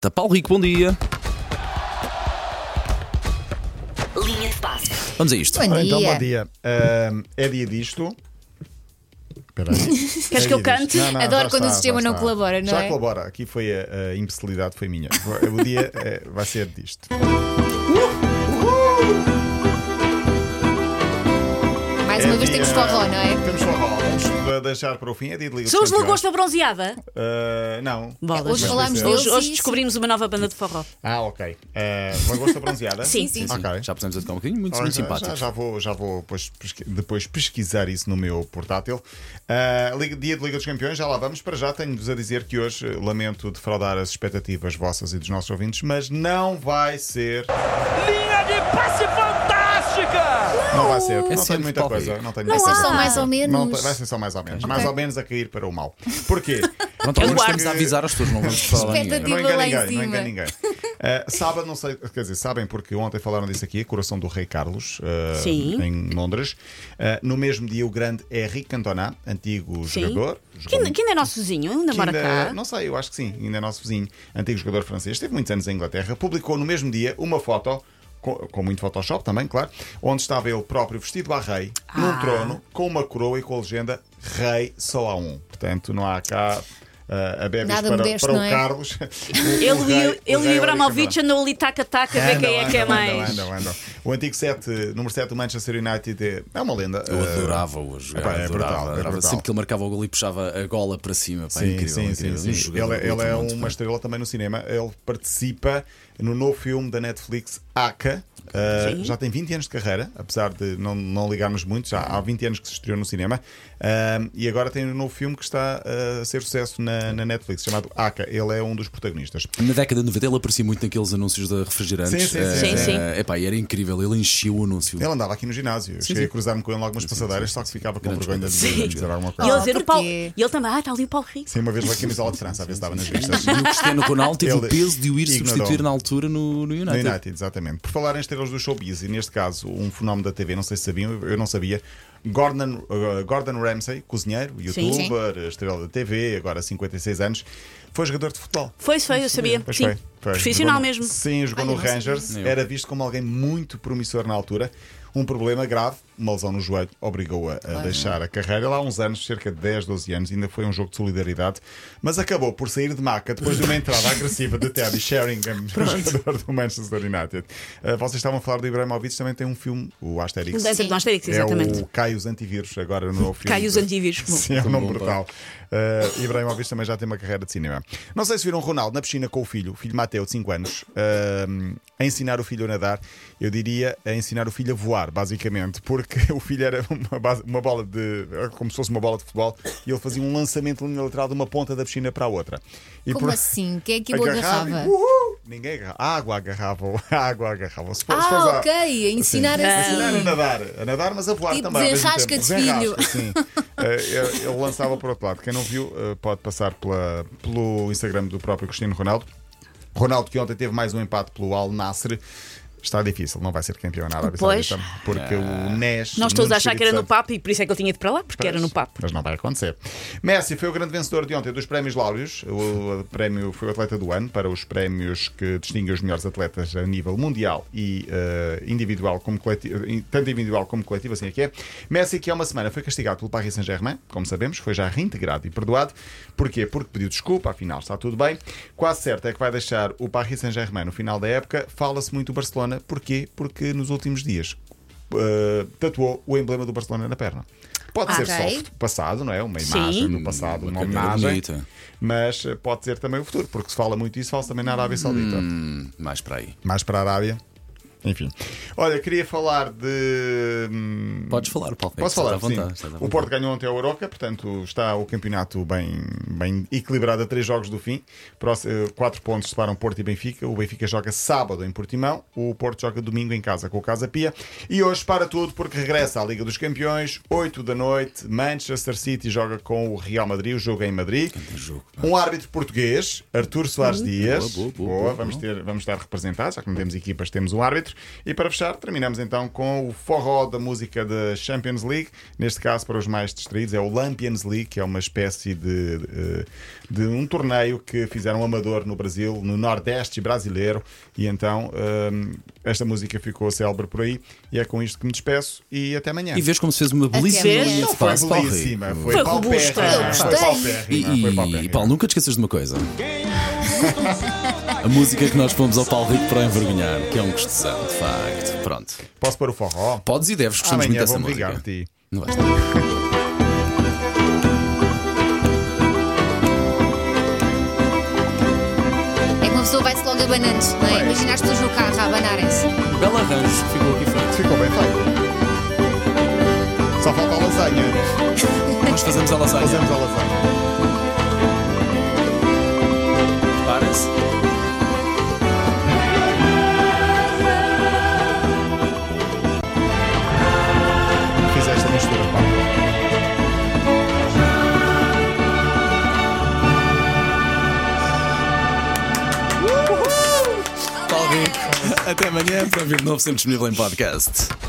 Tá, Paulo Rico, bom dia. Linha de passe. Vamos a isto. Bom Ora, Então, bom dia. dia. Ahm, é dia disto. Espera aí. Queres É que eu dia disto. cante? Não, não, já Adoro quando está, o sistema já não está. colabora, não já é? colabora. Aqui foi a, a imbecilidade, foi minha. O dia é, vai ser disto. Mais uma É vez dia- temos forró, não é? Temos forró. Vamos deixar para o fim. É dia de Liga São os dos Campeões. Lagosta Bronzeada? Ah, não. Bolas. Hoje Mas falámos isso é- deles Hoje, e hoje isso- descobrimos uma nova banda de forró. Ah, ok. Uh, lagosta bronzeada? Sim, sim. Sim, Ok. Já pusemos a tocar um bocadinho, muito, Ora, muito já- simpático. Já, já vou, já vou depois, pesqui- depois pesquisar isso no meu portátil. Ah, Liga- dia de Liga dos Campeões, já lá vamos. Para já tenho-vos a dizer que hoje eh, lamento defraudar as expectativas vossas e dos nossos ouvintes, mas não vai ser. Linha de passe fantástica! Não vai ser. É Não sempre tenho muita Paulo coisa. Rico. Não tenho Vai muita ser só coisa. mais ou Não, menos. vai ser só mais ou menos. Mais ou menos a cair para o mal. Porquê? Pronto, hoje Eu estamos acho a que- avisar as pessoas, não vamos falar a ninguém. Expectativa. Não engano lá em ninguém, não cima. engano ninguém. Eh, sábado, não sei, quer dizer, sabem porque ontem falaram disso aqui, Coração do Rei Carlos, eh, Sim. em Londres. Eh, no mesmo dia, o grande Henrique Cantona, antigo jogador. Quem, jogou- quem ainda é nosso vizinho? Ainda que mora cá. ainda- é não sei, eu acho que sim, ainda é nosso vizinho, antigo jogador francês, esteve muitos anos em Inglaterra, publicou no mesmo dia uma foto. Com, com muito Photoshop também, claro, onde estava ele próprio vestido a rei, Ah. num trono, com uma coroa e com a legenda Rei só há um. Portanto, não há cá ah, a bebês Nada para, modesto, para o não é? Carlos. Ele, e e o- ele e o Ibrahimovic andam ali taca-taca a ver quem é que é mais. Andam, andam. O antigo 7, número 7 do Manchester United é- é uma lenda. Eu ah, adorava hoje. Epá, é brutal, é brutal. Sempre que ele marcava o gol e puxava a gola para cima. Pá, Sim, incrível, sim, incrível. sim, Um sim. jogador Ele, do ele outro é mundo, uma pá. estrela também no cinema. Ele participa no novo filme da Netflix, Aka. Uh, já tem 20 anos de carreira, apesar de não, não ligarmos muito, já há 20 anos que se estreou no cinema. Uh, e agora tem um novo filme que está uh, a ser sucesso na, na Netflix, chamado Aka. Ele é um dos protagonistas. Na década de 90 ele aparecia muito naqueles anúncios de refrigerantes. Sim, sim, Eh, sim, sim. eh, epá, e era incrível, ele enchia o anúncio. Ele andava aqui no ginásio. Eu cheguei a cruzar-me com ele em algumas passadeiras, só que ficava com Grandes vergonha de coisas. dizer, de dizer alguma E ele, coisa. Oh, dizer, o Paulo- porquê? e ele também, ah, está ali o Paulo Rico. Sim, uma vez lá com a camisola de França, a ver se estava nas vistas. E o Cristiano Ronaldo teve Ele o peso de o ir ignorou. substituir na altura no, no No United. United, exatamente. Por falar em estrelas do showbiz, e neste caso um fenómeno da TV, não sei se sabiam, eu não sabia. Gordon, uh, Gordon Ramsay, cozinheiro, youtuber, estrela da TV, agora 56 anos, foi jogador de futebol. Foi, foi, eu sabia. Pois Sim. foi, foi. Profissional Jogou no- mesmo. Sim, jogou no Rangers. Nem eu. Era visto como alguém muito promissor na altura. Um problema grave, uma lesão no joelho, obrigou-a a deixar a carreira. Ele há uns anos, cerca de 10, 12 anos, ainda foi um jogo de solidariedade, mas acabou por sair de maca depois de uma entrada agressiva de Teddy Sheringham, jogador do Manchester United. Ah, vocês estavam a falar do Ibrahimovic, também tem um filme, o Asterix. Dentro do Um Asterix, É exatamente. o Caio os Antivírus, agora no novo filme. Cai os de- antivírus. Sim, é um nome bom, pá. brutal. Uh, Ibrahimovic também já tem uma carreira de cinema. Não sei se viram Ronaldo na piscina com o filho, o filho Mateu, de 5 anos, uh, a ensinar o filho a nadar. Eu diria a ensinar o filho a voar, basicamente, porque o filho era uma, base- uma bola de. era como se fosse uma bola de futebol e ele fazia um lançamento unilateral de uma ponta da piscina para a outra. E Como assim? Quem é que o agarrava e- uh, agarrava? Uhul! Ninguém agarrava. A água agarrava. A água agarrava. Se fosse- se fosse Ah, a- ok. A ensinar ensinar a assim. nadar, a nadar, mas a voar Tipo, também. ao mesmo desenrasca tempo. de filho. Desenrasca, Sim. Eh, ele lançava para o outro lado. Quem não viu, eh, pode passar pela- pelo Instagram do próprio Cristiano Ronaldo. Ronaldo, que ontem teve mais um empate pelo Al Nasser. Está difícil, não vai ser campeão na Arábia Pois. Saudita, porque o Nes. Nós todos Nuno a achar que Espírito era no Santo- papo e por isso é que ele tinha de para lá, porque era no papo. mas não vai acontecer. Messi foi o grande vencedor de ontem dos prémios Laureus. O prémio foi o atleta do ano para os prémios que distinguem os melhores atletas a nível mundial e eh, individual, como coletivo, tanto individual como coletivo, assim é que é. Messi, que há uma semana foi castigado pelo Paris Saint-Germain, como sabemos, foi já reintegrado e perdoado. Porquê? Porque pediu desculpa, afinal está tudo bem. Quase certo é que vai deixar o Paris Saint-Germain no final da época. Fala-se muito do Barcelona. Porquê? Porque nos últimos dias eh, tatuou o emblema do Barcelona na perna. Pode ser Ok. soft, passado, não é? Uma Sim. imagem do passado, uma, Uma cadeira homenagem. bonita. Mas eh, pode ser também o futuro, porque se fala muito isso, fala também na Arábia Saudita. Hum, mais para aí. Mais para a Arábia. Enfim. Olha, queria falar de. hum, Podes falar, Paulo. Estás Posso falar? à vontade, sim. estás à O vontade. Porto ganhou ontem a Oroca, portanto está o campeonato bem, bem equilibrado a três jogos do fim. Próximo- eh, Quatro pontos separam Porto e Benfica. O Benfica joga sábado em Portimão, o Porto joga domingo em casa com o Casa Pia. E hoje para tudo porque regressa à Liga dos Campeões, 8 da noite. Manchester City joga com o Real Madrid, o jogo é em Madrid. jogo, um árbitro português, Artur Soares Dias. boa, boa, Boa, boa, vamos, ter, vamos estar representados, já que não temos equipas, temos um árbitro. E para fechar, terminamos então com o forró da música da Champions League. Neste caso, para os mais distraídos, é o Lampions League, que é uma espécie de, de, de um torneio que fizeram amador no Brasil, no Nordeste brasileiro. E então hum, esta música ficou célebre por aí. E é com isto que me despeço e até amanhã. é? E vês como se fez uma belíssima amanhã. linha Não de foi passe para o Rui. belíssima, foi, Foi paupérrima, robusta. Eu foi gostei. paupérrima, foi é E, e paupérrima. Paulo, nunca te esqueças de uma coisa. A música que nós fomos ao Paulo Rico para envergonhar, que é um gostosão, de facto. Pronto. Posso pôr o forró? Podes e deves, gostamos Amanhã muito dessa vou-me ligar música. a ti. Não vais ter. É que uma pessoa vai-se logo abanando, não é? Imagina as pessoas no carro a abanarem-se. Belo arranjo que ficou aqui feito. Ficou bem feito. Só falta a lasanha. Nós fazemos a lasanha. Fazemos a lasanha. Preparem-se. Fizeste a mistura, pá. Paulo Rico. Até amanhã para ouvir de novo sempre disponível em podcast.